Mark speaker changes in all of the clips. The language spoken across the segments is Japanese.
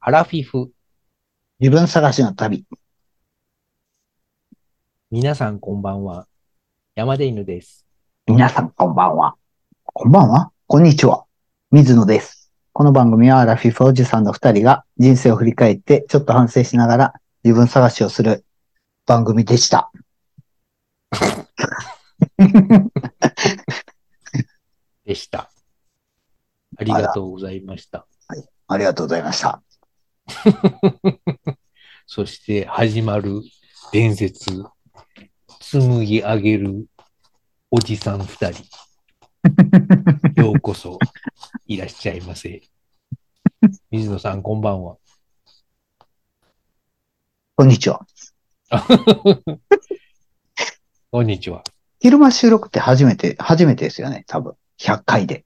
Speaker 1: アラフィフ。
Speaker 2: 自分探しの旅。
Speaker 1: 皆さんこんばんは。山で犬です。
Speaker 2: 皆さん、こんばんは。こんばんはこんにちは。水野です。この番組はアラフィフおじさんの二人が人生を振り返って、ちょっと反省しながら自分探しをする番組でした。
Speaker 1: でした。ありがとうございました。
Speaker 2: ありがとうございました。
Speaker 1: そして始まる伝説、紡ぎ上げるおじさん二人。ようこそいらっしゃいませ。水野さんこんばんは。
Speaker 2: こんにちは。
Speaker 1: こんにちは。
Speaker 2: 昼間収録って初めて、初めてですよね。多分。100回で。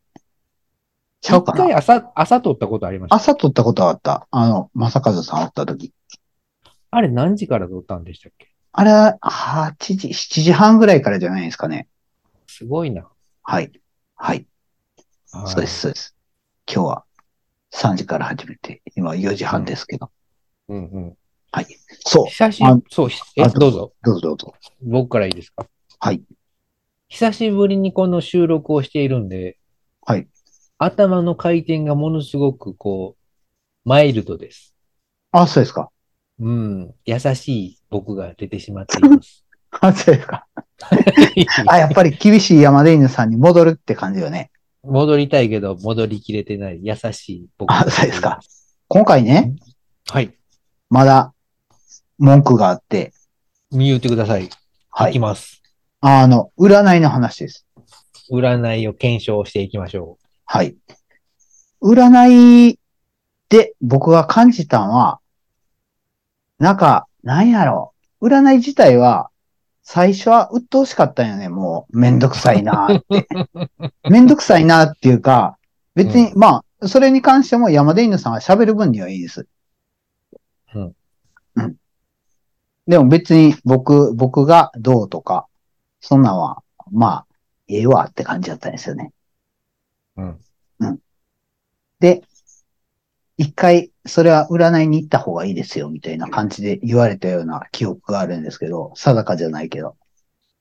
Speaker 2: ちゃうか
Speaker 1: 一回
Speaker 2: な
Speaker 1: 朝、朝撮ったことありました。
Speaker 2: 朝撮ったことはあった。あの、正和さんおった時。
Speaker 1: あれ何時から撮ったんでしたっけ
Speaker 2: あれは8時、7時半ぐらいからじゃないですかね。
Speaker 1: すごいな。
Speaker 2: はい。はい。そうです、そうです。今日は3時から始めて、今4時半ですけど。
Speaker 1: はい。うんうん。
Speaker 2: はい。そう。
Speaker 1: 久し
Speaker 2: あ
Speaker 1: そう、ひえ、
Speaker 2: あ
Speaker 1: どうぞ。
Speaker 2: どうぞどうぞ。
Speaker 1: 僕からいいですか
Speaker 2: はい。
Speaker 1: 久しぶりにこの収録をしているんで、
Speaker 2: はい。
Speaker 1: 頭の回転がものすごくこう、マイルドです。
Speaker 2: あ、そうですか。
Speaker 1: うん。優しい僕が出てしまっています。
Speaker 2: あ、 そうですか。あ、やっぱり厳しい山出犬さんに戻るって感じよね。
Speaker 1: 戻りたいけど、戻りきれてない優しい僕
Speaker 2: あそうですか。今回ね、
Speaker 1: はい。
Speaker 2: まだ文句があって、
Speaker 1: 言ってください。
Speaker 2: はい
Speaker 1: いき
Speaker 2: い。
Speaker 1: ます。
Speaker 2: あの、占いの話です。
Speaker 1: 占いを検証していきましょ
Speaker 2: はい。占いで僕が感じたのは、なんか、なんやろう。占い自体は、最初は鬱陶しかったんよね。もう、めんどくさいな ーって。めんどくさいなーっていうか、別に、まあ、それに関しても山田犬さんが喋る分にはいいです。
Speaker 1: うん。
Speaker 2: うん。でも別に僕、僕がどうとか、そんなんは、まあ、ええわって感じだったんですよね。
Speaker 1: う。うん。
Speaker 2: で、一回、それは占いに行った方がいいですよ、みたいな感じで言われたような記憶があるんですけど、定かじゃないけど。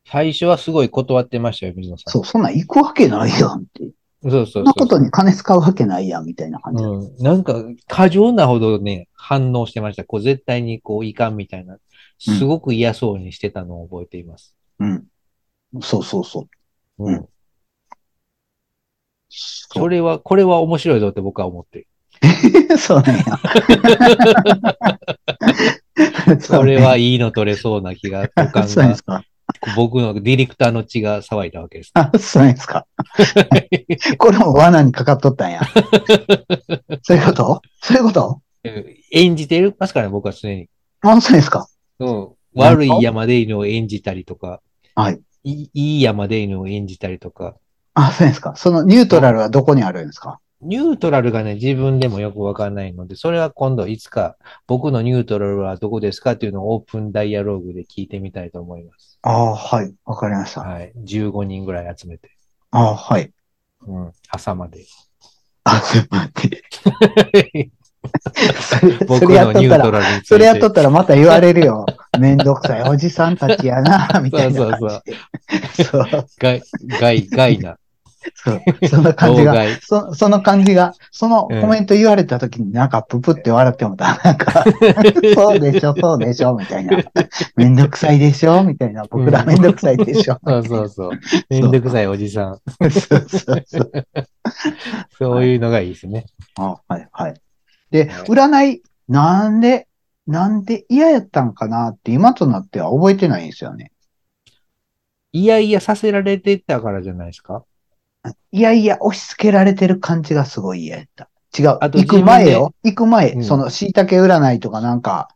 Speaker 1: 最初はすごい断ってましたよ、水野さん。
Speaker 2: そう、そんなん行くわけないやんって。
Speaker 1: そうそうそ
Speaker 2: そ
Speaker 1: うん
Speaker 2: なことに金使うわけないやん、みたいな感じ。
Speaker 1: うん、なんか、過剰なほどね、反応してました。こう、絶対にこう、いかんみたいな。すごく嫌そうにしてたのを覚えています。
Speaker 2: うん。そうそうそう。
Speaker 1: うん。
Speaker 2: うん
Speaker 1: そ
Speaker 2: そ
Speaker 1: れは、これは面白いぞって僕は思 ってる。
Speaker 2: れ、そうなんや。
Speaker 1: それはいいの取れそうな気が、
Speaker 2: そう
Speaker 1: 股間
Speaker 2: ね、そうなんで
Speaker 1: が
Speaker 2: す、か。
Speaker 1: 僕のディレクターの血が騒いだわけです。
Speaker 2: あ、そうなんで すか。これも罠にかかっとったんや。そういうことそういうこと
Speaker 1: うん演じてるますからね、僕は常に。
Speaker 2: あ、そうですか。
Speaker 1: うん。
Speaker 2: なんか
Speaker 1: 悪い山で犬を演じたりとか、
Speaker 2: はい。
Speaker 1: いいい山で犬を演じたりとか、
Speaker 2: あ、そうですか。そのニュートラルはどこにあるんですか
Speaker 1: ニュートラルがね、自分でもよくわかんないので、それは今度いつか、僕のニュートラルはどこですかっていうのをオープンダイアローグで聞いてみたいと思います。
Speaker 2: ああ、はい。わかりました。
Speaker 1: はい。15人ぐらい集めて。
Speaker 2: ああ、はい。
Speaker 1: うん。朝ま で。
Speaker 2: あ、ちょっと待って。それ、
Speaker 1: 僕
Speaker 2: それや
Speaker 1: の
Speaker 2: っと
Speaker 1: ニ
Speaker 2: っ
Speaker 1: ュー
Speaker 2: た
Speaker 1: ト
Speaker 2: ら、
Speaker 1: ラルについて。
Speaker 2: それやっとったらまた言われるよ。 めんどくさいおじさんたち やな、みたいな感じで。そうそう
Speaker 1: 害、害、害な。
Speaker 2: そう。そんな感じ
Speaker 1: 老
Speaker 2: が。
Speaker 1: 害。
Speaker 2: そその感じが、その
Speaker 1: うん
Speaker 2: コメント言われた時になんかププって笑ってもた。なん か、そうでしょ、そうでしょ、みたいな。めんどくさいでしょ、みたいな。僕ら
Speaker 1: うん
Speaker 2: めんどくさいでし ょ。
Speaker 1: そうそうそう。めんどくさいおじさん。
Speaker 2: そうそうそう。
Speaker 1: そういうのがいいですね。
Speaker 2: あ、はい、はい。で、
Speaker 1: はい
Speaker 2: 占い、なんで、なんで嫌やったんかなって今となっては覚えてないんですよね。
Speaker 1: いやいやさせられてたからじゃないですか。
Speaker 2: いやいや、押し付けられてる感じがすごい嫌やった。違う。
Speaker 1: あと
Speaker 2: 行く前よ。行く前、
Speaker 1: うん
Speaker 2: その、椎茸占いとかなんか、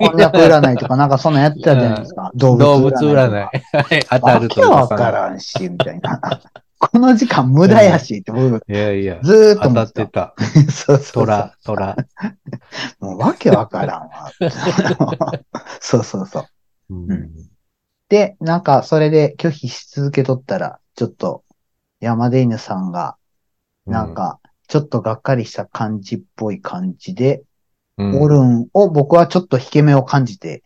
Speaker 2: こんにゃく占いとかなんかそんなんやってたじゃないですか。動
Speaker 1: 動
Speaker 2: 物
Speaker 1: 物
Speaker 2: 占い。
Speaker 1: 占い。はい当た
Speaker 2: わ
Speaker 1: る
Speaker 2: け
Speaker 1: と
Speaker 2: わ
Speaker 1: か
Speaker 2: からんし、みたいな。 この時間無駄やし、って僕、
Speaker 1: いやいや。
Speaker 2: ずーっと
Speaker 1: 当
Speaker 2: 思
Speaker 1: た
Speaker 2: っ
Speaker 1: ってて
Speaker 2: た。
Speaker 1: た。
Speaker 2: そうそうそう
Speaker 1: 虎、虎。
Speaker 2: もうわけわからんわ。 そうそうそう。
Speaker 1: うん
Speaker 2: で、なんか、それで拒否し続けとったら、ちょっと、山出犬さんが、なん、か、ちょっとがっかりした感じっぽい感じで、
Speaker 1: うん
Speaker 2: おるんを僕はちょっと引け目を感じて、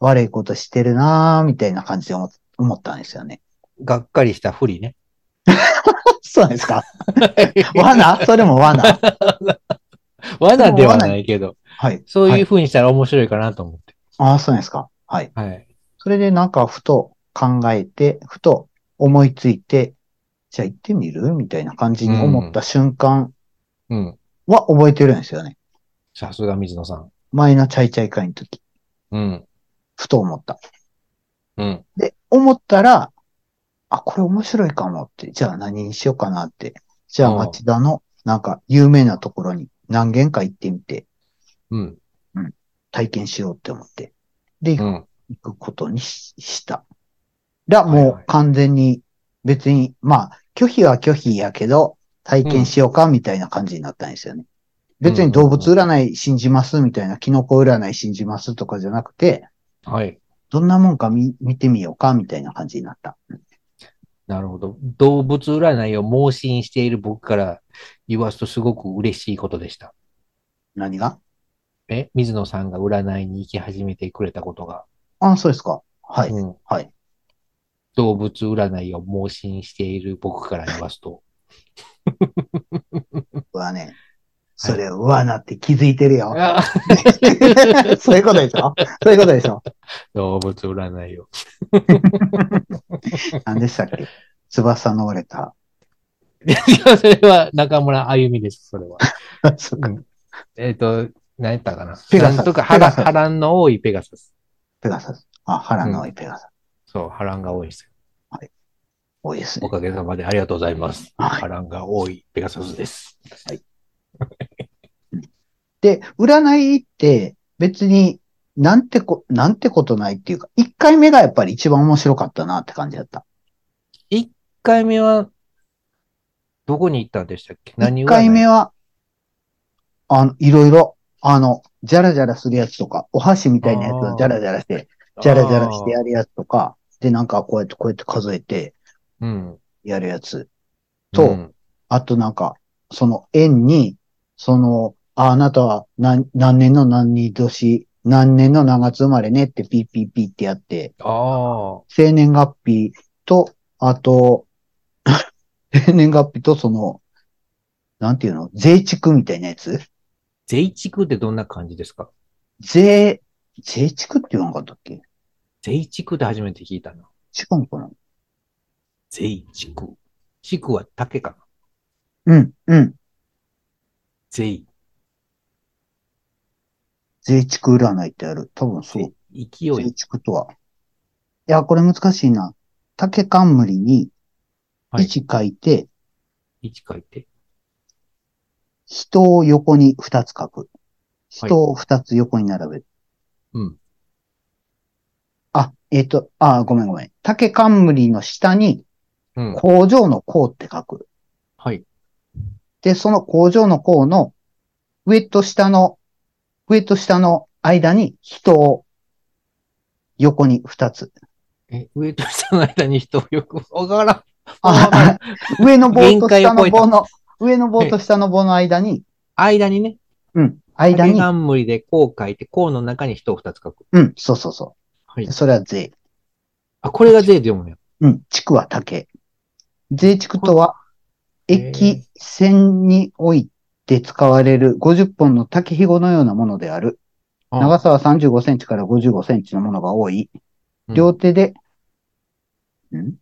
Speaker 2: 悪いことしてるなーみたいな感じで思っ思ったんですよね。
Speaker 1: がっかりしたふりね。
Speaker 2: そうなんですか 罠それも罠。
Speaker 1: 罠ではないけど、
Speaker 2: はい。
Speaker 1: そういう
Speaker 2: う。
Speaker 1: 風にしたら面白いかなと思って。
Speaker 2: ああ、そうなんですか。はい。
Speaker 1: はい。
Speaker 2: それでなんかふと考えて、ふと思いついて、じゃあ行ってみるみたいな感じに思った瞬間
Speaker 1: うん。
Speaker 2: は覚えてるんですよね。
Speaker 1: さすが水野さん。
Speaker 2: 前のチャイチャイ会の時、
Speaker 1: うん。
Speaker 2: ふと思った。
Speaker 1: うん。
Speaker 2: で、思ったら、あ、これ面白いかもって、じゃあ何にしようかなって。じゃあ
Speaker 1: うん
Speaker 2: 町田の、なんか有名なところに何軒か行ってみて、
Speaker 1: うん。
Speaker 2: 体験しようって思って。で、
Speaker 1: う
Speaker 2: 行
Speaker 1: ん。
Speaker 2: くことにしした。ら、
Speaker 1: はいはい
Speaker 2: もう完全に、別に、まあ、拒否は拒否やけど、体験しようかみたいな感じになったんですよね。別に動物占い信じますみたいな、キノコ占い信じますとかじゃなくて、
Speaker 1: はい。
Speaker 2: どんなもんか見見てみようかみたいな感じになった。
Speaker 1: なるほど。動物占いを盲信している僕から言わすとすごく嬉しいことでした。
Speaker 2: 何が
Speaker 1: え、水野さんが占いに行き始めてくれたことが。
Speaker 2: あ、そうですか。はい。
Speaker 1: うん
Speaker 2: はい。
Speaker 1: 動物占いを盲信している僕から言わすと。
Speaker 2: 僕はね、それ、罠って気づいてるよ。
Speaker 1: あ
Speaker 2: そういうことでしょそういうことでしょ
Speaker 1: 動物占いを。
Speaker 2: 何でしたっけ翼の折れた。
Speaker 1: いや、それは中村あゆみです、それは。
Speaker 2: そうか
Speaker 1: えっ、と、何やったかな。
Speaker 2: ペガサス
Speaker 1: なんとか波
Speaker 2: ペガ
Speaker 1: 乱
Speaker 2: サス
Speaker 1: 波乱の多いペガサス。
Speaker 2: ペガサス。あ、腹の多いペガサス。
Speaker 1: そう、波乱が多いですよ。
Speaker 2: 多いです
Speaker 1: お
Speaker 2: ね。
Speaker 1: かげさまでありがとうございます。
Speaker 2: はい
Speaker 1: 波乱が多いペガサスです。
Speaker 2: で、占いって別になんてこ、なんてことないっていうか、一回目がやっぱり一番面白かったなって感じだった。
Speaker 1: 1回目は、どこに行ったんでしたっけ何
Speaker 2: 一回目
Speaker 1: は。
Speaker 2: は、あの、いろいろ、あの、じゃらじゃらするやつとか、お箸みたいなやつ
Speaker 1: あ
Speaker 2: を
Speaker 1: ー
Speaker 2: じゃらじゃらして、じゃらじゃらしてやるやつとか、で、なんかこうやってこうやって数え
Speaker 1: あ
Speaker 2: て
Speaker 1: ーうん。
Speaker 2: やるやつと、
Speaker 1: うん
Speaker 2: あとなんか、その円に、その、ああなたは何何年の何年、何年の何月生まれねってピーピーピーってやって、
Speaker 1: あ
Speaker 2: 生年月日と、あと、 生年月日とその、なんていうの税畜みたいなやつ
Speaker 1: ー、イチクってどんな感じですか
Speaker 2: 税、税畜って言わなかったっけ違
Speaker 1: イチクって初めて聞いたな。
Speaker 2: うのかな
Speaker 1: イチク。チクは竹かな。
Speaker 2: うん、うん。
Speaker 1: 税。
Speaker 2: 税畜占いってある。多分そう。
Speaker 1: 勢い。
Speaker 2: 増築とは。いや、これ難しいな。竹冠に
Speaker 1: はい
Speaker 2: 1書いて、
Speaker 1: 1書いて。
Speaker 2: 人を横に2つ書く。人を2つ横に並べる。
Speaker 1: うん。
Speaker 2: あ、えっ、と、あ、ごめんごめん。竹冠の下に
Speaker 1: うん。
Speaker 2: 工場の工って書く。
Speaker 1: はい。
Speaker 2: で、その工場の工の上と下の、上と下の間に人を横に2つ。
Speaker 1: え、上と下の間に人をよくわからん。わからん
Speaker 2: あ、上の棒
Speaker 1: 限
Speaker 2: と
Speaker 1: 界
Speaker 2: 下
Speaker 1: を超
Speaker 2: の
Speaker 1: えた
Speaker 2: 棒の、上の棒と下の棒の間に、
Speaker 1: 間にね、
Speaker 2: うん、間に、
Speaker 1: 冠でこう書いて、こうの中に人を2つ書く。
Speaker 2: うん、そうそうそ。。
Speaker 1: はいう
Speaker 2: それは税。
Speaker 1: あ、これが税で読むよ。
Speaker 2: うん、地区は竹。税地区とは、
Speaker 1: へー
Speaker 2: 駅線において使われる50本の竹ひごのようなものである。長
Speaker 1: さ、
Speaker 2: さは35センチから55センチのものが多い。
Speaker 1: うん
Speaker 2: 両手で、ん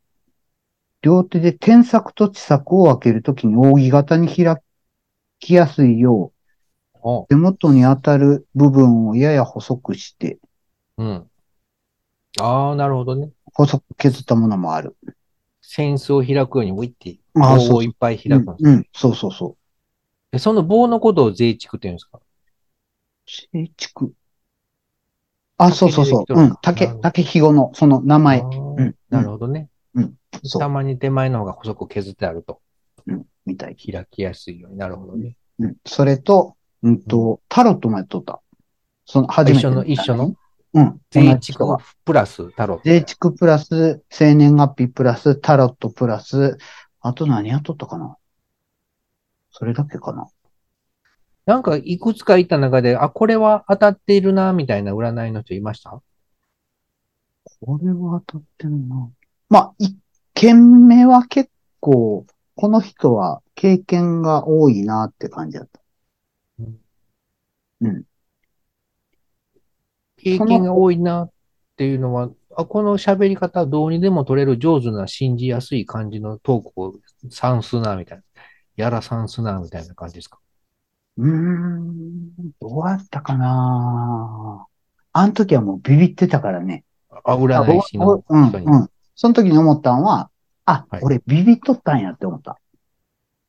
Speaker 2: 両手で天作と地作を分けるときに扇形に開きやすいよう、
Speaker 1: あ
Speaker 2: 手元に当たる部分をやや細くして、
Speaker 1: うん。ああ、なるほどね。
Speaker 2: 細く削ったものもある。
Speaker 1: 扇子を開くように、ウィって、
Speaker 2: あー
Speaker 1: 棒をいっぱい開くんです
Speaker 2: うん、うん、そうそうそう。
Speaker 1: えその棒のことを税畜って言うんですか
Speaker 2: 聖畜。あ、そうそうそう。
Speaker 1: 竹でできとるの
Speaker 2: うん
Speaker 1: か、な
Speaker 2: 竹
Speaker 1: るほ、ど
Speaker 2: 竹ひごの、その名前
Speaker 1: あ。ー
Speaker 2: うん
Speaker 1: なるほどね。
Speaker 2: そ
Speaker 1: た
Speaker 2: う。
Speaker 1: まに手前の方が細く削ってあると、
Speaker 2: うん、みたい。
Speaker 1: 開きやすいようになるほどね。
Speaker 2: うん。それと、うんと、タロットまで取った。その、初めて。
Speaker 1: 一緒の、一緒の。
Speaker 2: うん。
Speaker 1: 税
Speaker 2: 同じ
Speaker 1: 畜
Speaker 2: 人が
Speaker 1: プラスタロット。
Speaker 2: 税畜プラス、生年月日プラス、タロットプラス、あと何やっとったかなそれだけかな
Speaker 1: なんかいくつかいた中で、あ、これは当たっているな、みたいな占いの人いました
Speaker 2: これは当たってるな。まあ、一件目は結構、この人は経験が多いなって感じだった。
Speaker 1: 経験が多いなっていうのは、あこの喋り方どうにでも取れる上手な信じやすい感じのトークを算数な、みたいな。やら算数な、みたいな感じですか。
Speaker 2: うーん、どうやったかなあの時はもうビビってたからね。
Speaker 1: あ、占い師の
Speaker 2: あお
Speaker 1: 人
Speaker 2: お
Speaker 1: に
Speaker 2: うん、。うん。その時に思ったんは、あ、
Speaker 1: はい
Speaker 2: 俺ビビっとったんやって思った。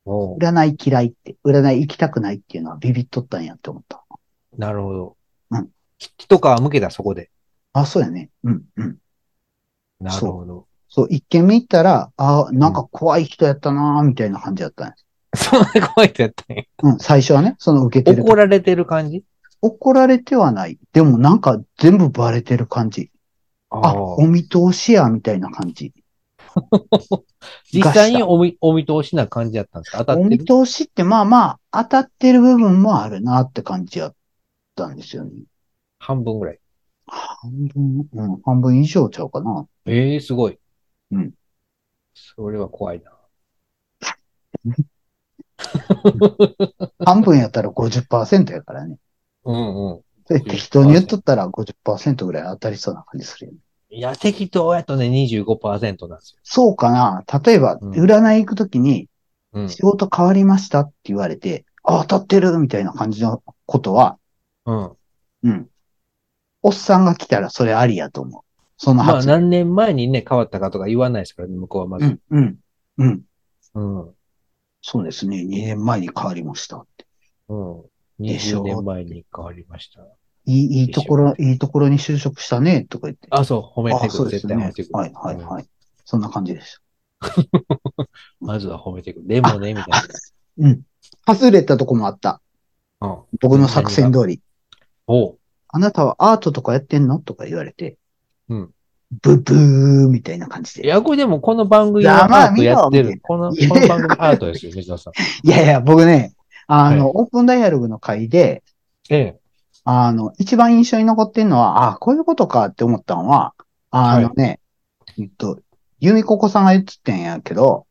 Speaker 1: おう
Speaker 2: 占い嫌いって、占い行きたくないっていうのはビビっとったんやって思った。
Speaker 1: なるほど
Speaker 2: うん。
Speaker 1: とか向けた、そこで。
Speaker 2: あ、そうやね。うん、うん。
Speaker 1: なるほど。
Speaker 2: そう、一見見たら、あーなんか怖い人やったなーみたいな感じだったんです。
Speaker 1: そんな怖い人やったんや
Speaker 2: うん、最初はね、その受けてる時。
Speaker 1: 怒られてる感じ
Speaker 2: 怒られてはない。でもなんか全部バレてる感じ。あ、お見通しや、みたいな感じ。
Speaker 1: 実際におみお見通しな感じやったんですか当た
Speaker 2: お
Speaker 1: って
Speaker 2: 見
Speaker 1: る
Speaker 2: 通しってまあまあ当たってる部分もあるなって感じやったんですよね。
Speaker 1: 半分ぐらい。
Speaker 2: 半分、うん、半分以上ちゃうかな。
Speaker 1: ええすごい。
Speaker 2: うん。
Speaker 1: それは怖いな。
Speaker 2: 半分やったら50%やからね。
Speaker 1: うんうん。
Speaker 2: それ適当に言っとったら50%ぐらい当たりそうな感じするよね。
Speaker 1: いや、適当やとね、25%なんですよ。
Speaker 2: そうかな。例えば、
Speaker 1: うん
Speaker 2: 占い行くときに、
Speaker 1: うん。
Speaker 2: 仕事変わりましたって言われて、あ、当たってるみたいな感じのことは、
Speaker 1: うん。
Speaker 2: うん。おっさんが来たらそれありやと思う。その
Speaker 1: まあ、
Speaker 2: 発言、
Speaker 1: 何年前にね、変わったかとか言わないですからね、向こうはまず。
Speaker 2: うん、うん、うん。
Speaker 1: うん。
Speaker 2: そうですね。2年前に変わりましたって。
Speaker 1: うん。
Speaker 2: でしょ
Speaker 1: 20年前に変わりました。
Speaker 2: いい、いいところ、いいところに就職したね、とか言って。
Speaker 1: あ、そう、褒めて
Speaker 2: あ、
Speaker 1: く
Speaker 2: そ
Speaker 1: る。
Speaker 2: うで
Speaker 1: 絶
Speaker 2: す
Speaker 1: 対
Speaker 2: ね。
Speaker 1: 褒めてくる。
Speaker 2: はい、はい、
Speaker 1: うん
Speaker 2: はい。そんな感じでした。
Speaker 1: まずは褒めてくる。でもね、みたい
Speaker 2: うん。外れたとこもあった。
Speaker 1: な。うん。
Speaker 2: 僕の作戦通り。
Speaker 1: おう
Speaker 2: あなたはアートとかやってんのとか言われて。
Speaker 1: うん。
Speaker 2: ブブーみたいな感じ
Speaker 1: い
Speaker 2: で。
Speaker 1: や、これでもこの番組
Speaker 2: いや
Speaker 1: は
Speaker 2: まあ
Speaker 1: アートやって
Speaker 2: 見
Speaker 1: る。この、こ
Speaker 2: いや
Speaker 1: の番組アートですよ、水野さん。
Speaker 2: いやいや、僕ね、あの、オープンダイアログの回で、
Speaker 1: ええ。
Speaker 2: あの、一番印象に残ってるのは、あこういうことかって思ったのは、あのね、えっと、ユミココさんが言ってたんやけど、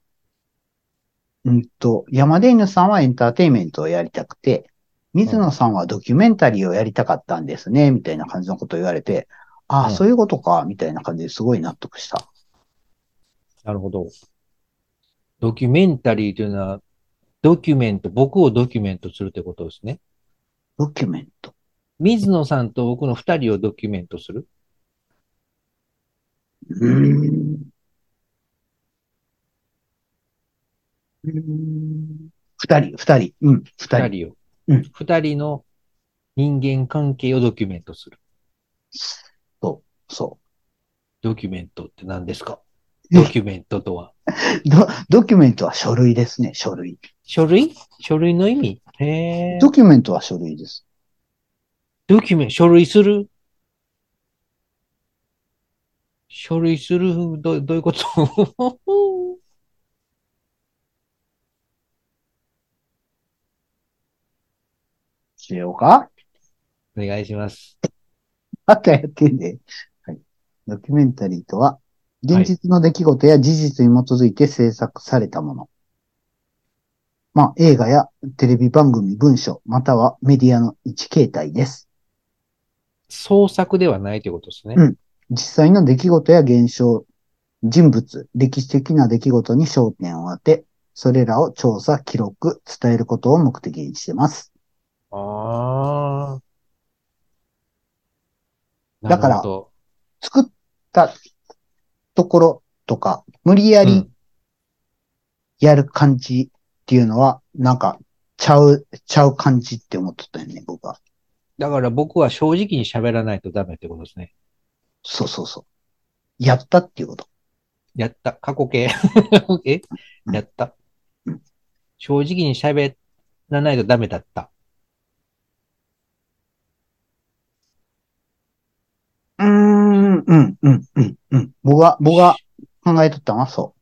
Speaker 2: うんと、山田犬さんはエンターテインメントをやりたくて、水野さんはドキュメンタリーをやりたかったんですね、みたいな感じのことを言われて、ああ、
Speaker 1: うん
Speaker 2: そういうことか、みたいな感じですごい納得した。
Speaker 1: なるほど。ドキュメンタリーというのは、ドキュメント、僕をドキュメントするということですね。
Speaker 2: ドキュメント。
Speaker 1: 水野さんと僕の二人をドキュメントする。
Speaker 2: うーん。うーん二人、二人。うん、二
Speaker 1: 二
Speaker 2: 人。
Speaker 1: 人を
Speaker 2: うん。
Speaker 1: 二人の人間関係をドキュメントする。
Speaker 2: そう、そう。
Speaker 1: ドキュメントって何ですか
Speaker 2: え
Speaker 1: ドキュメントとは。
Speaker 2: ド、ドキュメントは書類ですね、書類。
Speaker 1: 書類書類の意味へえ。
Speaker 2: ドキュメントは書類です。
Speaker 1: ドキュメント、書類する書類するどどういうこと
Speaker 2: しようか
Speaker 1: お願いします。
Speaker 2: あったやってんで。はい。ドキュメンタリーとは、現実の出来事や事実に基づいて制作されたもの。まあ、映画やテレビ番組、文書、またはメディアの一形態です。
Speaker 1: 創作ではないということですね。
Speaker 2: うん実際の出来事や現象、人物、歴史的な出来事に焦点を当て、それらを調査、記録、伝えることを目的にしてます。
Speaker 1: ああ。
Speaker 2: だから
Speaker 1: なるほど
Speaker 2: 作ったところとか、無理や
Speaker 1: う
Speaker 2: り
Speaker 1: ん
Speaker 2: やる感じっていうのは、なんか、ちゃう、ちゃう感じって思っとったよね、僕は。
Speaker 1: だから僕は正直に喋らないとダメってことですね。
Speaker 2: そうそうそう。やったっていうこと。
Speaker 1: やった。過去形。 え
Speaker 2: うん
Speaker 1: やった
Speaker 2: うん。
Speaker 1: 正直に喋らないとダメだった。
Speaker 2: うーん、うん、うん、うん、うん。僕は、僕は考えとったのはそ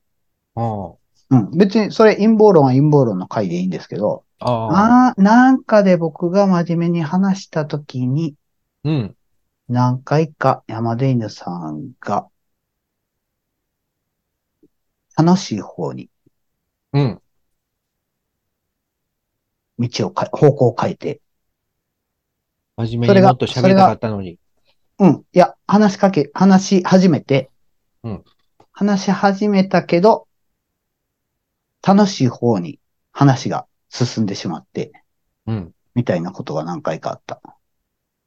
Speaker 1: うん。
Speaker 2: う。うん。別に、それ陰謀論は陰謀論の回でいいんですけど、
Speaker 1: ああ。
Speaker 2: な、なんかで僕が真面目に話したときに、
Speaker 1: うん。
Speaker 2: 何回か山田犬さんが、楽しい方に
Speaker 1: うん。
Speaker 2: 道を変え、方向を変えて、
Speaker 1: 真面目にもっと喋りたかったのに。
Speaker 2: うん、いや、話しかけ、話し始めて、
Speaker 1: うん
Speaker 2: 話し始めたけど、楽しい方に話が進んでしまって、
Speaker 1: うん。
Speaker 2: みたいなことが何回かあった。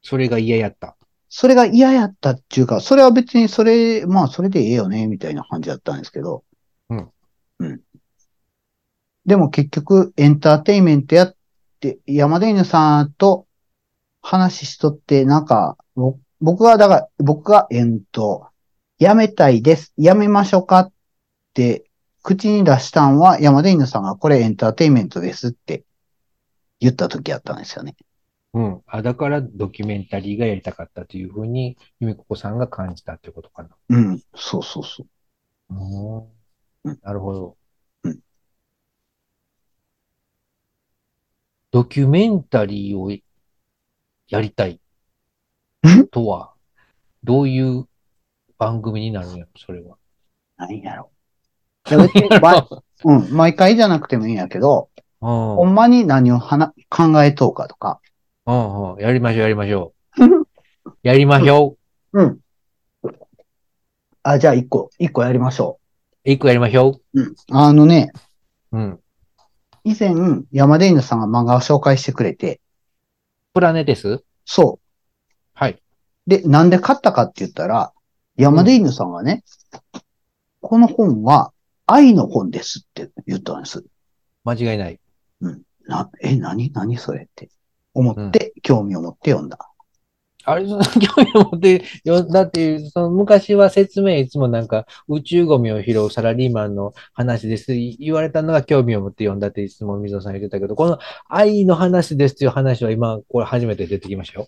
Speaker 1: それが嫌やった。
Speaker 2: それが嫌やったっていうか、それは別にそれ、まあそれでええよね、みたいな感じだったんですけど。
Speaker 1: うん。
Speaker 2: うん。でも結局エンターテインメントやって、山田犬さんと話しとって、なんか、ぼ僕はだから、僕が、えんと、やめたいです。やめましょうかって、口に出したんは山田犬さんがこれエンターテインメントですって言った時やったんですよね。
Speaker 1: うん。あ、だからドキュメンタリーがやりたかったというふうに、ゆめここさんが感じたということかな。
Speaker 2: うん。そうそうそう。
Speaker 1: うんなるほど
Speaker 2: うん。
Speaker 1: ドキュメンタリーをやりたい
Speaker 2: ん
Speaker 1: とは、どういう番組になるんやろ、それは。
Speaker 2: 何やろ。いや別 にばうん、毎回じゃなくてもいいんやけど、
Speaker 1: うん
Speaker 2: ほんまに何をはな考えとうかとか。
Speaker 1: うんうん。やりましょう、やりましょ う。やりましょ
Speaker 2: うん。あ、じゃあ一個、一個やりましょ
Speaker 1: う。一個やりましょ
Speaker 2: う。うん。あのね、
Speaker 1: う。うん。
Speaker 2: 以前、山田犬さんが漫画を紹介してくれて、
Speaker 1: プラネです。
Speaker 2: そ
Speaker 1: はい。
Speaker 2: う。で、なんで買ったかって言ったら、山田犬さんがね、この本は愛の本ですって言ったんです。
Speaker 1: 間違いない。
Speaker 2: な、え、何何それって思って、興味を持って読んだ。
Speaker 1: あれ、その興味を持って読んだっていう、その昔は説明いつもなんか宇宙ゴミを拾うサラリーマンの話です。い言われたのが興味を持って読んだっていつも水野さん言ってたけど、この愛の話ですっていう話は今、これ初めて出てきましたよ。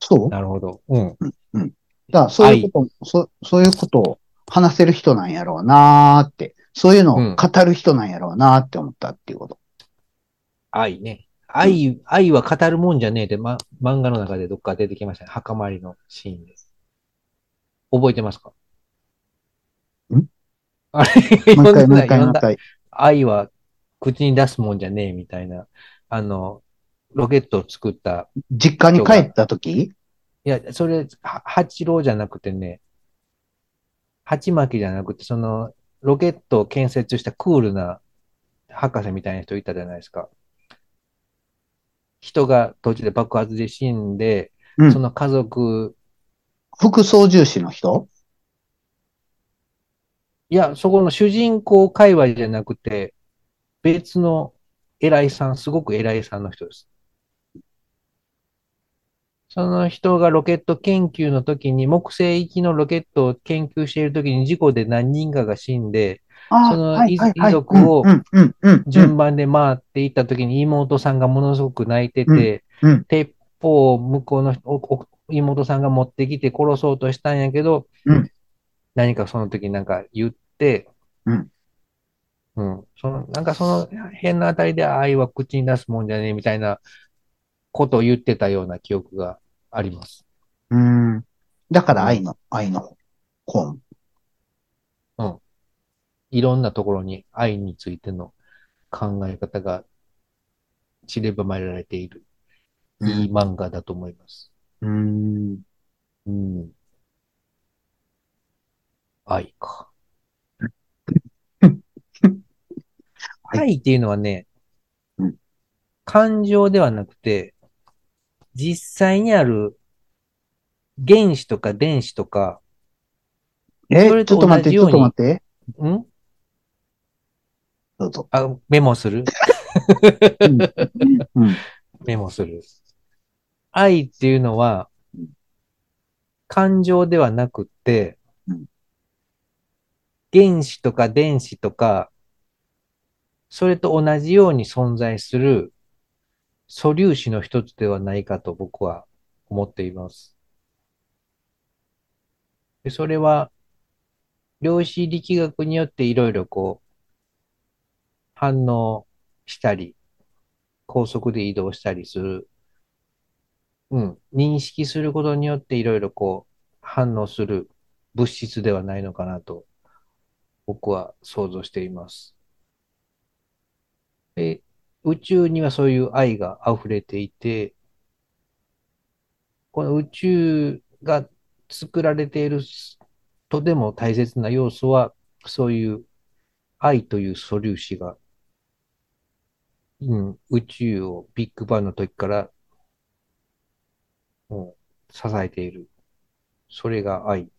Speaker 2: そう
Speaker 1: なるほど。うん。
Speaker 2: だからそういうこと、そそういうことを話せる人なんやろうなーって、そういうのを語る人なんやろうなーって思ったっていうこと。
Speaker 1: 愛ね。愛、愛は語るもんじゃねえって、ま、漫画の中でどっか出てきましたね。墓参りのシーンで。覚えてますか
Speaker 2: ん
Speaker 1: あれ、読
Speaker 2: もうん
Speaker 1: だ
Speaker 2: 一回、もう一回、
Speaker 1: 読
Speaker 2: も
Speaker 1: ん
Speaker 2: う一
Speaker 1: だ。
Speaker 2: 回。
Speaker 1: 愛は口に出すもんじゃねえみたいな。あの、ロケットを作った。
Speaker 2: 実家に帰った時
Speaker 1: いや、それ、は八郎じゃなくてね、鉢巻きじゃなくて、その、ロケットを建設したクールな博士みたいな人いたじゃないですか。人が途中で爆発で死んで、
Speaker 2: う
Speaker 1: そ
Speaker 2: ん。
Speaker 1: の家族、
Speaker 2: 副操縦士の人
Speaker 1: いや、そこの主人公界隈じゃなくて、別の偉いさん、すごく偉いさんの人です。その人がロケット研究の時に、木星行きのロケットを研究している時に事故で何人かが死んで、
Speaker 2: あ
Speaker 1: その
Speaker 2: ーはいはいはい
Speaker 1: 遺族を
Speaker 2: うん、うん、うん、うん
Speaker 1: 順番で回っていった時に妹さんがものすごく泣いてて
Speaker 2: うんうん、
Speaker 1: 鉄砲を向こうの人おお妹さんが持ってきて殺そうとしたんやけど
Speaker 2: うん、
Speaker 1: 何かその時なんか言って
Speaker 2: うん、
Speaker 1: うん、その、なんかその辺のあたりで愛は口に出すもんじゃねえみたいなことを言ってたような記憶があります。
Speaker 2: うん。だから愛の、愛の本。
Speaker 1: いろんなところに愛についての考え方が散りばめられている、いい漫画だと思います。
Speaker 2: うん。
Speaker 1: うん。愛か。愛っていうのはね
Speaker 2: うん、
Speaker 1: 感情ではなくて、実際にある原子とか電子とか、
Speaker 2: え、ち
Speaker 1: そ
Speaker 2: ょっ
Speaker 1: れと
Speaker 2: と待っ
Speaker 1: 同じ
Speaker 2: て、ち
Speaker 1: よう
Speaker 2: ょ
Speaker 1: に
Speaker 2: っと待って。
Speaker 1: ん
Speaker 2: どうぞ。
Speaker 1: あ、メモする
Speaker 2: うん。うん
Speaker 1: メモする。愛っていうのは
Speaker 2: うん、
Speaker 1: 感情ではなくって
Speaker 2: うん、
Speaker 1: 原子とか電子とか、それと同じように存在する素粒子の一つではないかと僕は思っています。でそれは、量子力学によっていろいろこう、反応したり、高速で移動したりする。うん。認識することによっていろいろこう反応する物質ではないのかなと僕は想像しています。で、宇宙にはそういう愛が溢れていて、この宇宙が作られているとても大切な要素は、そういう愛という素粒子が、うん、宇宙をビッグバンの時から、もう支えている。それが愛。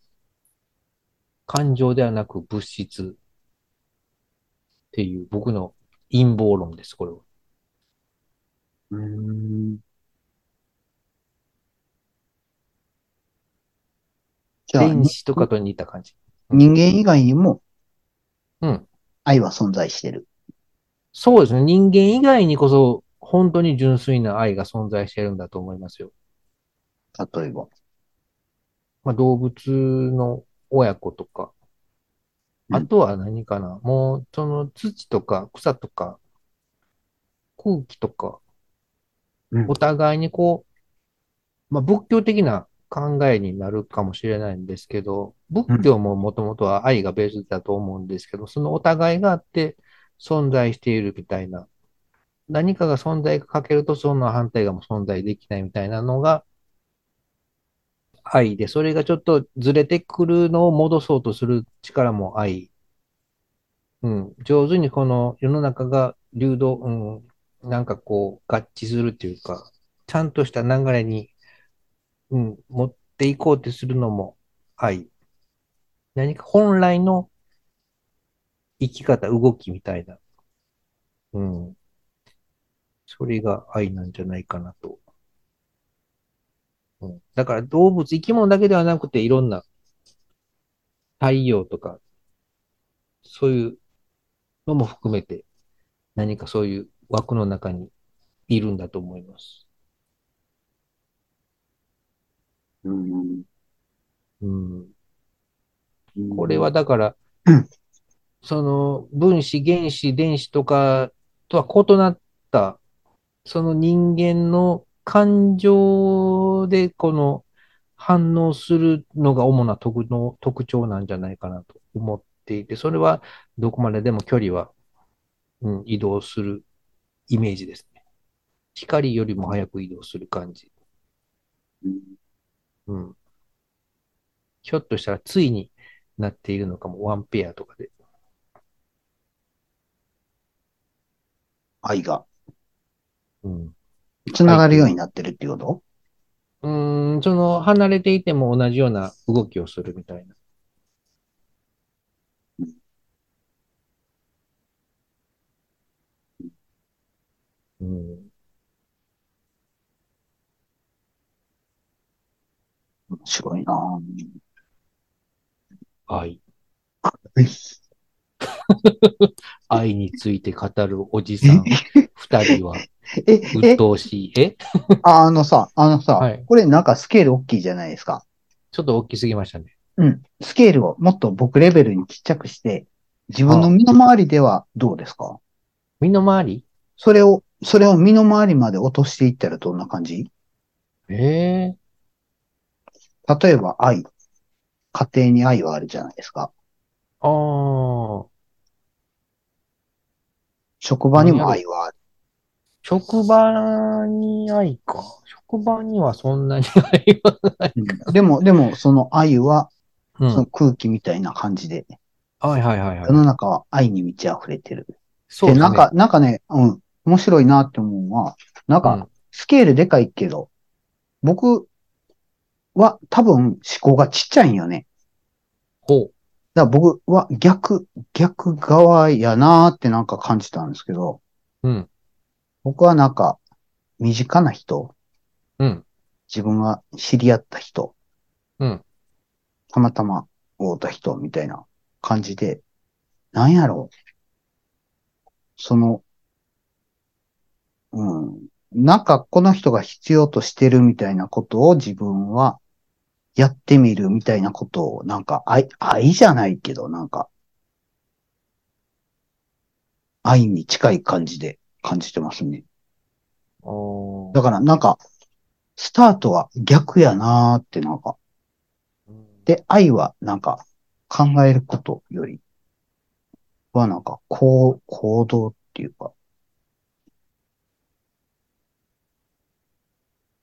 Speaker 1: 感情ではなく物質っていう僕の陰謀論です、これは。
Speaker 2: うーん。じゃあ、
Speaker 1: 電子とかと似た感じ。
Speaker 2: 人間以外にも
Speaker 1: うん。
Speaker 2: 愛は存在してる。
Speaker 1: そうですね。人間以外にこそ、本当に純粋な愛が存在してるんだと思いますよ。
Speaker 2: 例えば。
Speaker 1: まあ、動物の親子とか。
Speaker 2: うん
Speaker 1: あとは何かな、もう、その土とか草とか、空気とか、
Speaker 2: うん
Speaker 1: お互いにこう、まあ、仏教的な考えになるかもしれないんですけど、仏教ももともとは愛がベースだと思うんですけど、そのお互いがあって存在しているみたいな、何かが存在が欠けるとその反対がもう存在できないみたいなのが愛で、それがちょっとずれてくるのを戻そうとする力も愛。うん、上手にこの世の中が流動、うん、なんかこう合致するというか、ちゃんとした流れに、うん、持っていこうとするのも愛。何か本来の生き方、動きみたいな。うん。それが愛なんじゃないかなと。うん、だから動物、生き物だけではなくていろんな太陽とか、そういうのも含めて何かそういう枠の中にいるんだと思います。
Speaker 2: うん。
Speaker 1: うん、これはだから
Speaker 2: うん、
Speaker 1: その分子、原子、電子とかとは異なった、その人間の感情でこの反応するのが主な特の特徴なんじゃないかなと思っていて、それはどこまででも距離は、うん、移動するイメージですね。光よりも早く移動する感じ。
Speaker 2: うん。
Speaker 1: うん。ひょっとしたら、ついになっているのかも、ワンペアとかで。
Speaker 2: 愛が
Speaker 1: うん。
Speaker 2: つながるようになってるっていうこと
Speaker 1: うーん、その、離れていても同じような動きをするみたいな。うん。
Speaker 2: 面白いなぁ
Speaker 1: 愛。
Speaker 2: うん
Speaker 1: 愛について語るおじ さん二人は、
Speaker 2: え、
Speaker 1: 鬱
Speaker 2: え、
Speaker 1: 陶しい。え
Speaker 2: ああのさ、あのさ、
Speaker 1: はい
Speaker 2: これなんかスケール大きいじゃないですか。
Speaker 1: ちょっと大きすぎましたね。
Speaker 2: うん。スケールをもっと僕レベルにちっちゃくして、自分の身の回りではどうですか
Speaker 1: 身の回り
Speaker 2: それを、それを身の回りまで落としていったらどんな感じ
Speaker 1: ええ
Speaker 2: 例えば愛。家庭に愛はあるじゃないですか。
Speaker 1: ああ、
Speaker 2: 職場にも愛はある。
Speaker 1: 職場に愛か。職場にはそんなに愛は。
Speaker 2: うんでも、でも、その愛は、
Speaker 1: う
Speaker 2: その空気みたいな感じで、
Speaker 1: はいはいはいはい
Speaker 2: 世。の中は愛に満ち溢れてる。
Speaker 1: そう
Speaker 2: で、
Speaker 1: ですね。
Speaker 2: なんか、なんかね、うん、面白いなって思うのは、なんか、スケールでかいけど、僕は多分思考がちっちゃいんよね。
Speaker 1: ほう。
Speaker 2: だから僕は逆、逆側やなーってなんか感じたんですけど、
Speaker 1: うん。
Speaker 2: 僕はなんか、身近な人、
Speaker 1: うん。
Speaker 2: 自分が知り合った人、
Speaker 1: うん。
Speaker 2: たまたま会うた人みたいな感じで、なんやろう。その、うん。なんかこの人が必要としてるみたいなことを自分はやってみるみたいなことを、なんか愛、愛じゃないけど、なんか、愛に近い感じで感じてますね。
Speaker 1: おー
Speaker 2: だからなんか、スタートは逆やなーってなんか。で、愛はなんか、考えることより、はなんか、こう、行動っていうか、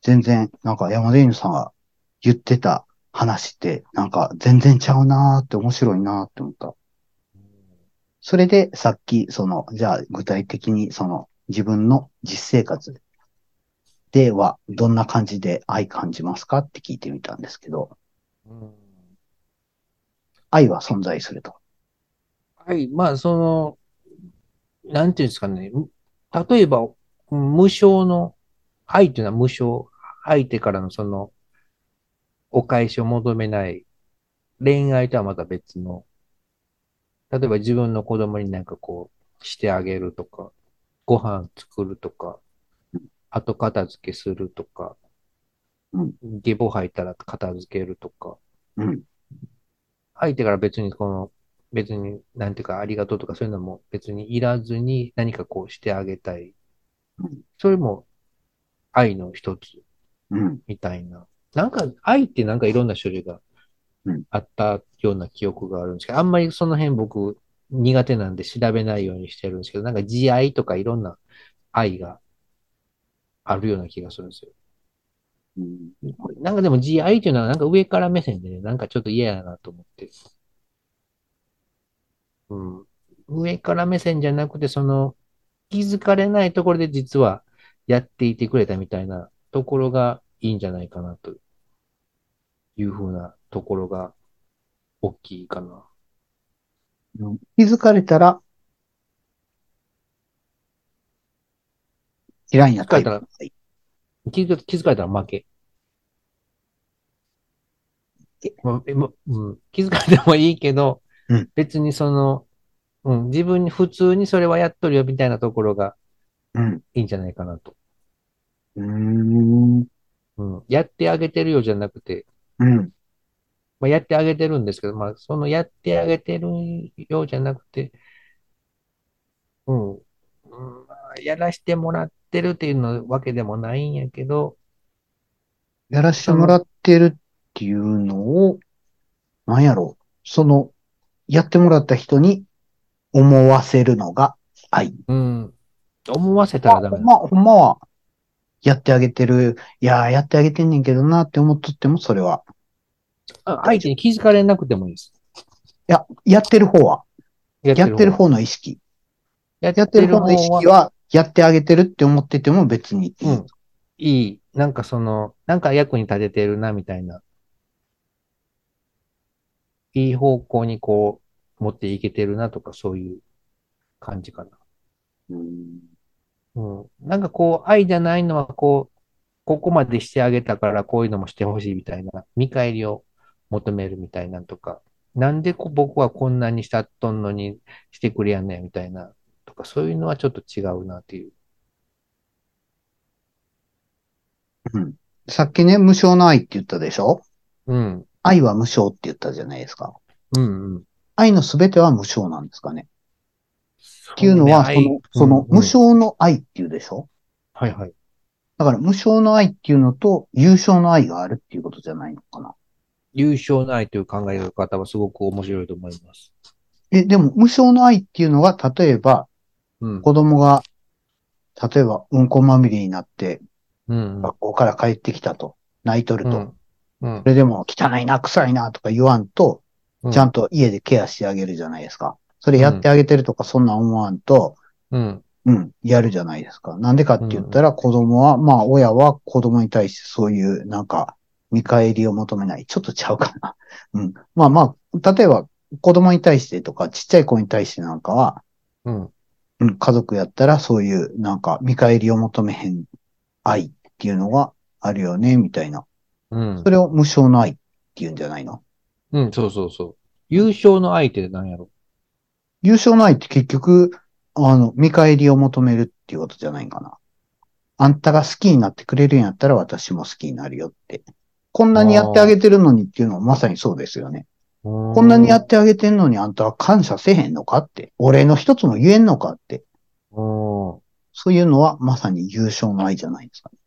Speaker 2: 全然、なんか山田犬さんが言ってた話って、なんか全然ちゃうなーって面白いなーって思った。それでさっき、その、じゃあ具体的にその自分の実生活ではどんな感じで愛感じますかって聞いてみたんですけど、
Speaker 1: うん
Speaker 2: 愛は存在すると。
Speaker 1: はい、まあ、その、なんていうんですかね。う例えば、無償の、愛というのは無償、相手からのその、お返しを求めない、恋愛とはまた別の、例えば自分の子供になんかこう、してあげるとか、ご飯作るとか、後片付けするとか
Speaker 2: うん、
Speaker 1: 下ボ吐いたら片付けるとか、
Speaker 2: うん。
Speaker 1: 相手から別にこの、別に、なんていうか、ありがとうとかそういうのも別にいらずに何かこうしてあげたい
Speaker 2: うん。
Speaker 1: それも愛の一つ
Speaker 2: うん。
Speaker 1: みたいな。なんか、愛ってなんかいろんな種類が
Speaker 2: うん
Speaker 1: あったような記憶があるんですけど、あんまりその辺僕苦手なんで調べないようにしてるんですけど、なんか慈愛とかいろんな愛があるような気がするんですよ。
Speaker 2: うん。
Speaker 1: なんかでも慈愛というのはなんか上から目線でね、なんかちょっと嫌やなと思って。うん。上から目線じゃなくて、その、気づかれないところで実はやっていてくれたみたいなところがいいんじゃないかなというふうなところが大きいかな。
Speaker 2: 気づかれたら、嫌いになっ
Speaker 1: 気づか
Speaker 2: た
Speaker 1: れたら、気づ気づかれたら負け。まあえまうん、気づかれてもいいけど、
Speaker 2: うん
Speaker 1: 別にその、うん、自分に普通にそれはやっとるよみたいなところが
Speaker 2: うん。
Speaker 1: いいんじゃないかなと。
Speaker 2: うん。
Speaker 1: うん、やってあげてるよじゃなくて、
Speaker 2: うん。
Speaker 1: まあ、やってあげてるんですけど、まあ、そのやってあげてるようじゃなくて、うん、うんまあやらしてもらってるっていうのわけでもないんやけど、
Speaker 2: やらしてもらってるっていうのを、なんやろう。その、やってもらった人に思わせるのが愛。
Speaker 1: うん、思わせたらダメ
Speaker 2: ほんま、ほんまは、やってあげてる。いやー、やってあげてんねんけどなって思っとっても、それは。
Speaker 1: あ相手に気づかれなくてもいいです。
Speaker 2: いや、やってる方は。
Speaker 1: や
Speaker 2: やってる
Speaker 1: 方。
Speaker 2: 方の意識。
Speaker 1: やっ
Speaker 2: やってる方の意識は、やってあげてるって思ってても別にいい。
Speaker 1: うん。いい。なんかその、なんか役に立ててるな、みたいな。いい方向にこう、持っていけてるなとか、そういう感じかな。うん。なんかこう、愛じゃないのはこう、ここまでしてあげたからこういうのもしてほしいみたいな、見返りを求めるみたいなんとか、なんでこ僕はこんなにしたっとんのにしてくれやんねんみたいな、とか、そういうのはちょっと違うなっていう。
Speaker 2: さっきね、無償の愛って言ったでしょ
Speaker 1: うん。
Speaker 2: 愛は無償って言ったじゃないですか。
Speaker 1: うんうん。
Speaker 2: 愛のすべては無償なんですかね。っていうのは、そ
Speaker 1: そうね
Speaker 2: の、その、無。
Speaker 1: 愛
Speaker 2: 償の愛っていうでしょ
Speaker 1: うんうんはいはい。
Speaker 2: だから、無償の愛っていうのと、優勝の愛があるっていうことじゃないのかな。
Speaker 1: 優勝ないという考え方はすごく面白いと思います。
Speaker 2: え、でも、無償の愛っていうのが、例えば、
Speaker 1: うん。
Speaker 2: 子供が、例えば、うんこまみれになって、
Speaker 1: うん。
Speaker 2: 学校から帰ってきたと、泣いとる
Speaker 1: う
Speaker 2: と。
Speaker 1: ん。うん
Speaker 2: そ。れでも汚いな、臭いなとか言わんと、
Speaker 1: うん
Speaker 2: ちゃんと家でケアしてあげるじゃないですか。それやってあげてるとかそんなん思わんと、
Speaker 1: うん。
Speaker 2: うん、やるじゃないですか。なんでかって言ったら子供は、まあ親は子供に対してそういうなんか見返りを求めない。ちょっとちゃうかな。 うん。まあまあ、例えば子供に対してとかちっちゃい子に対してなんかは、
Speaker 1: うん。
Speaker 2: うん、家族やったらそういうなんか見返りを求めへん愛っていうのがあるよね、みたいな。
Speaker 1: うん
Speaker 2: そ。れを無償の愛っていうんじゃないの
Speaker 1: うん。そうそうそう。優勝の相手って何やろ
Speaker 2: 優勝の愛って結局、あの、見返りを求めるっていうことじゃないんかな。あんたが好きになってくれるんやったら私も好きになるよって。こんなにやってあげてるのにっていうのはまさにそうですよね。こ
Speaker 1: こ
Speaker 2: んなにやってあげてんのにあんたは感謝せへんのかって。お礼の一つも言えんのかって。そういうのはまさに優勝の愛じゃないですかね。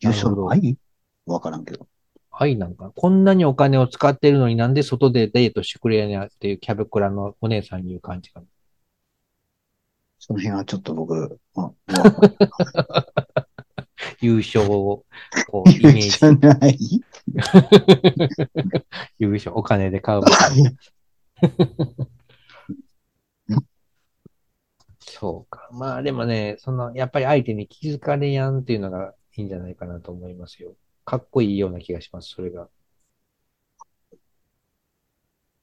Speaker 2: 優勝の
Speaker 1: な
Speaker 2: 愛わからんけど。
Speaker 1: はい、なんか、こんなにお金を使ってるのになんで外でデートしてくれやねんっていうキャバクラのお姉さんに言う感じかな。
Speaker 2: その辺はちょっと僕、 まあ、
Speaker 1: 優勝を、こう、イメ
Speaker 2: 優
Speaker 1: ージ、
Speaker 2: 勝の愛
Speaker 1: 優勝、お金で買うみたいな。 そうか。まあでもね、その、やっぱり相手に気づかれやんっていうのがいいんじゃないかなと思いますよ。かっこいいような気がします、それが。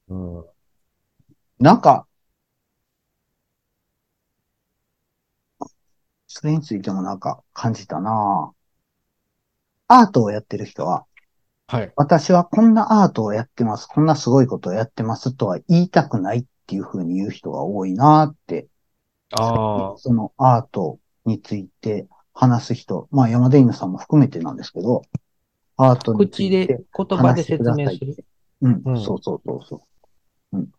Speaker 1: うん。
Speaker 2: なんか、それについてもなんか感じたなぁアートをやってる人は、
Speaker 1: はい。
Speaker 2: 私はこんなアートをやってます、こんなすごいことをやってますとは言いたくないっていうふうに言う人が多いなぁって、
Speaker 1: ああ、
Speaker 2: そのアートについて話す人、まあ山田犬さんも含めてなんですけど、アートにつ
Speaker 1: 口
Speaker 2: い
Speaker 1: で、
Speaker 2: て
Speaker 1: 言葉で
Speaker 2: 話して
Speaker 1: 説
Speaker 2: くださ
Speaker 1: 明
Speaker 2: いっ
Speaker 1: す
Speaker 2: て
Speaker 1: る。。
Speaker 2: うん、
Speaker 1: うん
Speaker 2: そうそうそうそう。
Speaker 1: うん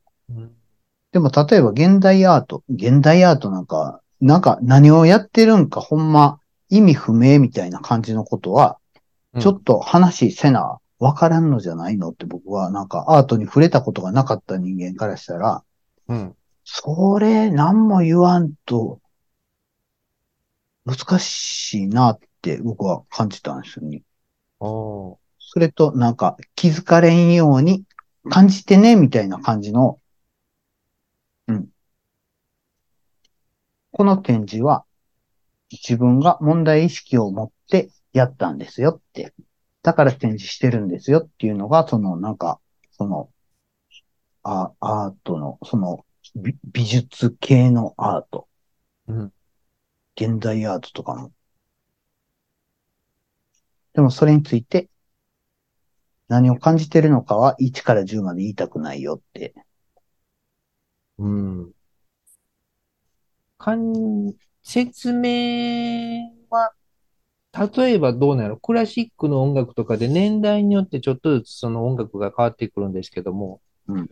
Speaker 2: でも例えば現代アート、現代アートなんか、なんか何をやってるんかほんま意味不明みたいな感じのことは、
Speaker 1: うん
Speaker 2: ちょっと話せな、わからんのじゃないのって僕はなんかアートに触れたことがなかった人間からしたら、
Speaker 1: うん。
Speaker 2: それ何も言わんと難しいなって僕は感じたんですよね。
Speaker 1: おー
Speaker 2: それとなんか気づかれんように感じてねみたいな感じの、うん。この展示は自分が問題意識を持ってやったんですよって。だから展示してるんですよっていうのが、そのなんか、その、あアートの、その美美術系のアート。
Speaker 1: うん。
Speaker 2: 現代アートとかも。でもそれについて何を感じてるのかは1から10まで言いたくないよって。
Speaker 1: うん。かん、説明は、例えばどうなのクラシックの音楽とかで年代によってちょっとずつその音楽が変わってくるんですけども
Speaker 2: うん、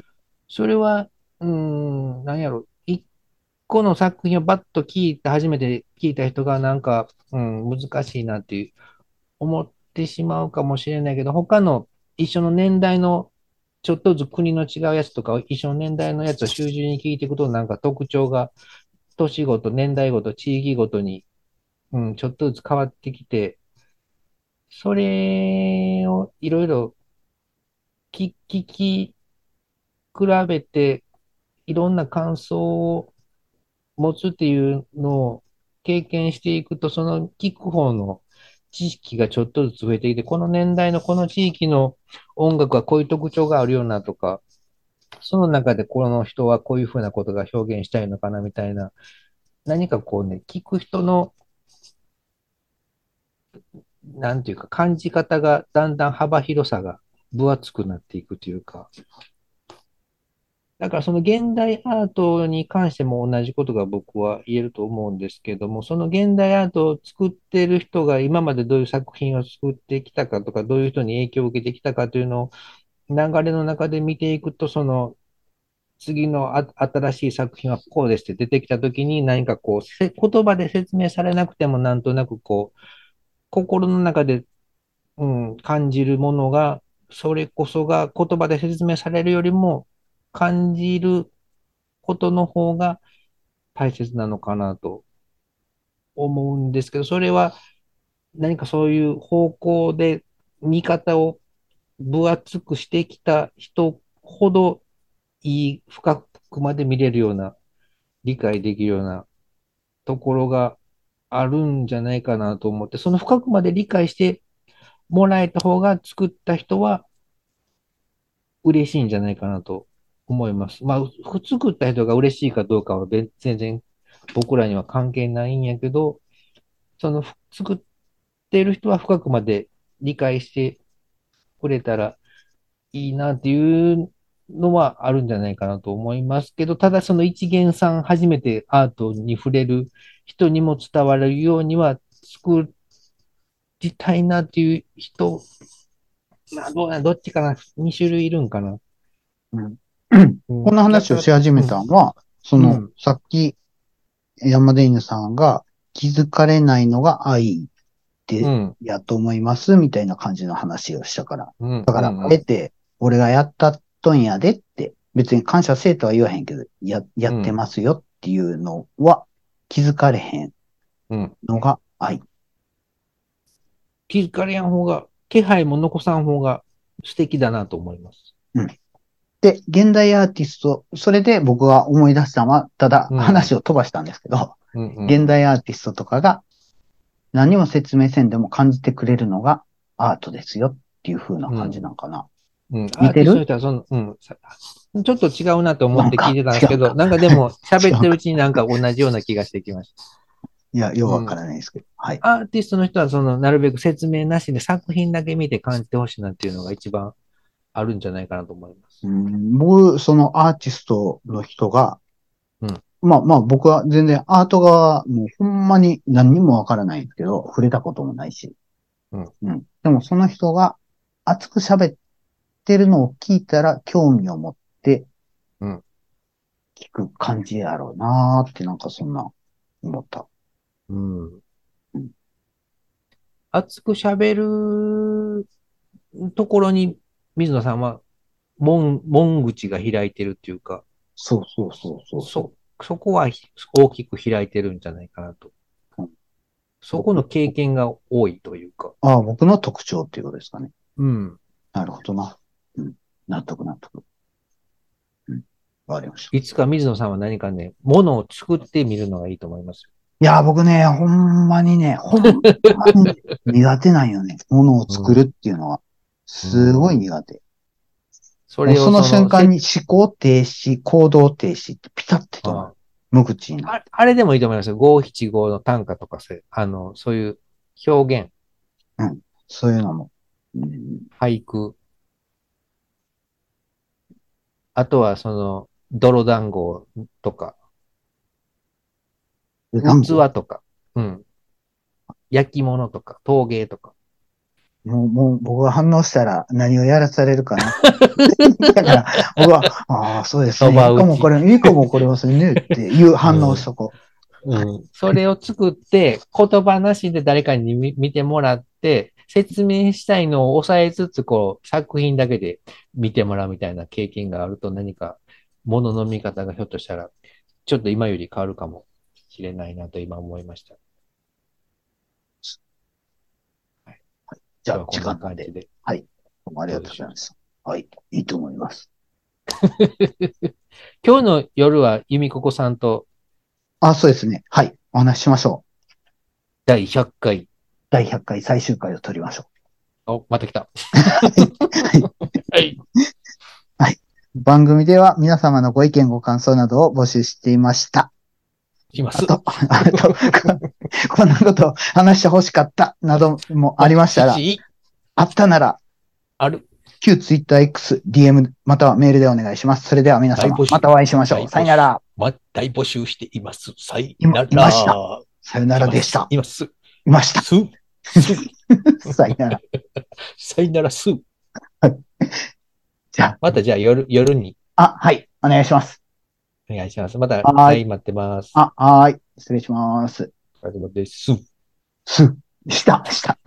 Speaker 1: それは、うーん、なんやろ、一個の作品をバッと聞いて、初めて聞いた人がなんか、うん、難しいなっていう思ってしまうかもしれないけど、他の一緒の年代のちょっとずつ国の違うやつとかを一緒の年代のやつを集中に聞いていくと、なんか特徴が、年ごと、年代ごと、地域ごとに、うん、ちょっとずつ変わってきて、それをいろいろ聞き、聞き比べて、いろんな感想を持つっていうのを経験していくと、その聞く方の知識がちょっとずつ増えてきて、この年代のこの地域の音楽はこういう特徴があるよなとか、その中でこの人はこういうふうなことが表現したいのかなみたいな、何かこうね、聞く人の、なんていうか、感じ方がだんだん幅広さが分厚くなっていくというか、だからその現代アートに関しても同じことが僕は言えると思うんですけども、その現代アートを作ってる人が今までどういう作品を作ってきたかとか、どういう人に影響を受けてきたかというのを流れの中で見ていくと、その次のあ新しい作品はこうですって出てきたときに何かこうせ言葉で説明されなくてもなんとなくこう心の中で、うん、感じるものがそれこそが言葉で説明されるよりも感じることの方が大切なのかなと思うんですけど、それは何かそういう方向で見方を分厚くしてきた人ほどいい、深くまで見れるような、理解できるようなところがあるんじゃないかなと思って、その深くまで理解してもらえた方が作った人は嬉しいんじゃないかなと思います。まあ、ふ作った人が嬉しいかどうかは別全然僕らには関係ないんやけど、そのふ作ってる人は深くまで理解してくれたらいいなっていうのはあるんじゃないかなと思いますけど、ただその一元さん初めてアートに触れる人にも伝わるようには作りたいなっていう人、まあどうなんどっちかな ?2 種類いるんかな、
Speaker 2: う
Speaker 1: う
Speaker 2: ん
Speaker 1: ん
Speaker 2: こんな話をし始めたのは、その、
Speaker 1: うん
Speaker 2: さっき山田犬さんが気づかれないのが愛で
Speaker 1: うん。
Speaker 2: やと思います、みたいな感じの話をしたから。
Speaker 1: うん。
Speaker 2: だから、
Speaker 1: うん
Speaker 2: あえて、俺がやったっとんやでって、別に感謝せえとは言わへんけど、や、やってますよっていうのは気づかれへん
Speaker 1: うん。
Speaker 2: のが愛。
Speaker 1: 気づかれやん方が、気配も残さん方が素敵だなと思います。
Speaker 2: で、現代アーティスト、それで僕が思い出したのは、ただ
Speaker 1: うん
Speaker 2: 話を飛ばしたんですけど、
Speaker 1: うん、うん。
Speaker 2: 現代アーティストとかが何も説明せんでも感じてくれるのがアートですよっていう風な感じなんかな。
Speaker 1: うん、
Speaker 2: 似てる
Speaker 1: あそういったらその、うん、さちょっと 違うなと思って聞いてたんですけ
Speaker 2: な
Speaker 1: ど、なんかでも喋ってるうちになんか同じような気がしてきました。
Speaker 2: いや、よくわからないですけど。はい。
Speaker 1: アーティストの人はその、なるべく説明なしで作品だけ見て感じてほしいなっていうのが一番あるんじゃないかなと思います。
Speaker 2: うん僕、そのアーティストの人が、
Speaker 1: うん
Speaker 2: まあまあ僕は全然アートがもうほんまに何にもわからないんですけど、触れたこともないし。
Speaker 1: うん
Speaker 2: でもその人が熱く喋ってるのを聞いたら興味を持って、
Speaker 1: うん
Speaker 2: 聞く感じやろうなーってなんかそんな思った。
Speaker 1: うん。熱く喋るところに、水野さんは門、門口が開いてるっていうか、
Speaker 2: そうそうそうそう
Speaker 1: そ、そこはひ大きく開いてるんじゃないかなと
Speaker 2: うん。
Speaker 1: そこの経験が多いというか。
Speaker 2: ああ、僕の特徴っていうことですかね。
Speaker 1: うん。
Speaker 2: なるほどな。うん。納得納得。うん。わかりました。
Speaker 1: いつか水野さんは何かね、ものを作ってみるのがいいと思いますよ。
Speaker 2: いや、僕ね、ほんまに ね、ほんまに苦手なんよね。物を作るっていうのは。すごい苦手。
Speaker 1: そ
Speaker 2: もうその瞬間に思考停止、行動停止ってピタッて止ま
Speaker 1: あ
Speaker 2: る。無口になる。
Speaker 1: ああれでもいいと思いますよ。五七五の短歌とかせ、あの、そういう表現、
Speaker 2: そういうのも。うん、
Speaker 1: 俳句。あとは、その、泥団子とか、器とか、うん。焼き物とか、陶芸とか。
Speaker 2: もう、もう、僕が反応したら何をやらされるかな。 だから、僕は、ああ、そうです
Speaker 1: そ
Speaker 2: ね。いい
Speaker 1: ば打ち
Speaker 2: かもこれ、いいかもこれますね。っていう反応をしとこ
Speaker 1: うん。それを作って、言葉なしで誰かに見見てもらって、説明したいのを抑えつつ、こう、作品だけで見てもらうみたいな経験があると何か、ものの見方がひょっとしたら、ちょっと今より変わるかもしれないなと今思いました。
Speaker 2: う。じゃあ
Speaker 1: 今、日
Speaker 2: 時
Speaker 1: はこんな感
Speaker 2: 間なんで
Speaker 1: じ。で。
Speaker 2: どうもありがとうございました。はい。いいと思います。
Speaker 1: 今日の夜は、由美ここさんと
Speaker 2: あ、そうですね。はい。お話ししましょう。
Speaker 1: 第100回。
Speaker 2: 第100回最終回を取りましょ
Speaker 1: お、また来た。
Speaker 2: い
Speaker 1: はい。
Speaker 2: う。番組では皆様のご意見ご感想などを募集していました。
Speaker 1: 来ま
Speaker 2: あ
Speaker 1: す。
Speaker 2: と、あ と、こんなこと話して欲しかったなどもありましたら、
Speaker 1: 一
Speaker 2: あったなら、
Speaker 1: ある。
Speaker 2: 旧 TwitterX、DM、またはメールでお願いします。それでは皆
Speaker 1: 大
Speaker 2: 様
Speaker 1: 募、集
Speaker 2: またお会いしましょ
Speaker 1: 大募
Speaker 2: う。
Speaker 1: 集
Speaker 2: さよなら。
Speaker 1: ま、大募集しています。さい
Speaker 2: 今
Speaker 1: なら。
Speaker 2: いましたさよならでした。
Speaker 1: います。
Speaker 2: いました。
Speaker 1: す、す、
Speaker 2: さよなら。
Speaker 1: さいならす。
Speaker 2: じゃあ、
Speaker 1: またじゃあ夜、夜に
Speaker 2: あ、はい。お願いします。
Speaker 1: お願いします。また、
Speaker 2: は
Speaker 1: はいい、待ってます。
Speaker 2: あ、はーい。失礼します。
Speaker 1: お疲れ様です。
Speaker 2: す、した、した。